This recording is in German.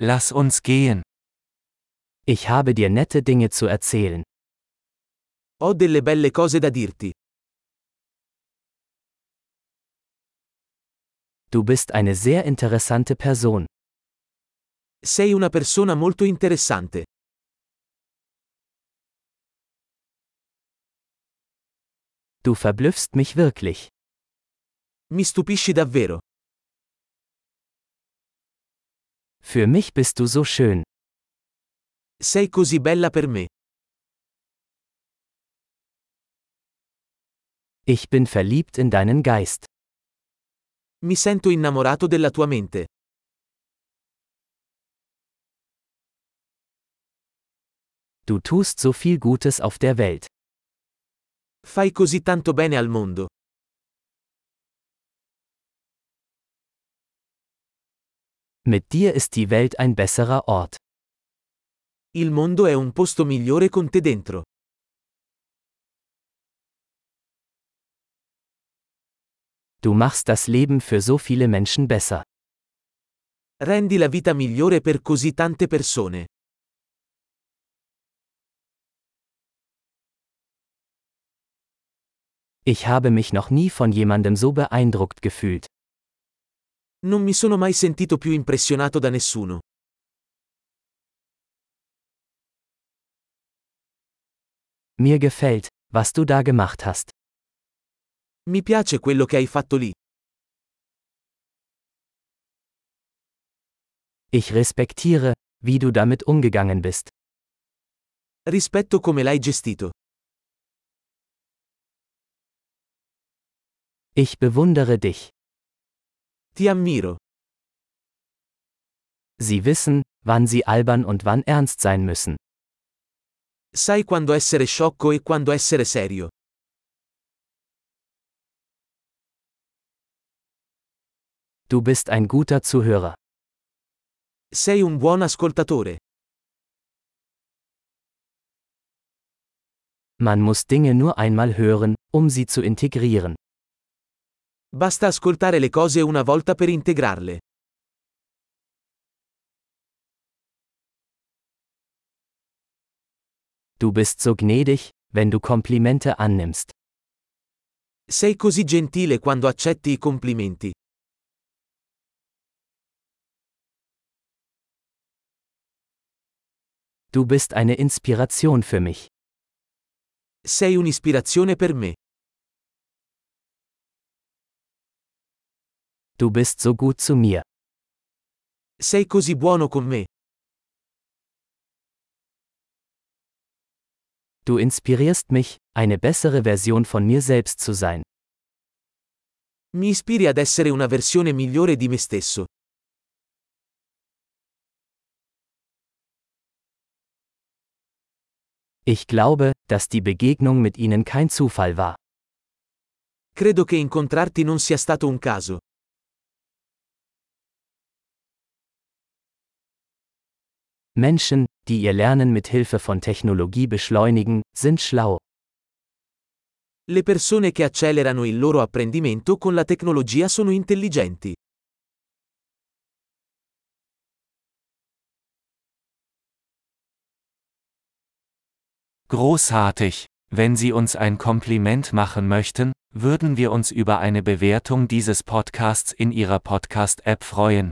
Lass uns gehen. Ich habe dir nette Dinge zu erzählen. Ho delle belle cose da dirti. Du bist eine sehr interessante Person. Sei una persona molto interessante. Du verblüffst mich wirklich. Mi stupisci davvero. Für mich bist du so schön. Sei così bella per me. Ich bin verliebt in deinen Geist. Mi sento innamorato della tua mente. Du tust so viel Gutes auf der Welt. Fai così tanto bene al mondo. Mit dir ist die Welt ein besserer Ort. Il mondo è un posto migliore con te dentro. Du machst das Leben für so viele Menschen besser. Rendi la vita migliore per così tante persone. Ich habe mich noch nie von jemandem so beeindruckt gefühlt. Non mi sono mai sentito più impressionato da nessuno. Mir gefällt, was du da gemacht hast. Mi piace quello che hai fatto lì. Ich respektiere, wie du damit umgegangen bist. Rispetto come l'hai gestito. Ich bewundere dich. Ti ammiro. Sie wissen, wann sie albern und wann ernst sein müssen. Sai quando essere sciocco e quando essere serio. Du bist ein guter Zuhörer. Sei un buon ascoltatore. Man muss Dinge nur einmal hören, um sie zu integrieren. Basta ascoltare le cose una volta per integrarle. Du bist so gnädig, wenn du Komplimente annimmst. Sei così gentile quando accetti i complimenti. Du bist eine Inspiration für mich. Sei un'ispirazione per me. Du bist so gut zu mir. Sei così buono con me. Du inspirierst mich, eine bessere Version von mir selbst zu sein. Mi ispiri ad essere una versione migliore di me stesso. Ich glaube, dass die Begegnung mit ihnen kein Zufall war. Credo che incontrarti non sia stato un caso. Menschen, die ihr Lernen mit Hilfe von Technologie beschleunigen, sind schlau. Le persone che accelerano il loro apprendimento con la tecnologia sono intelligenti. Großartig! Wenn Sie uns ein Kompliment machen möchten, würden wir uns über eine Bewertung dieses Podcasts in Ihrer Podcast-App freuen.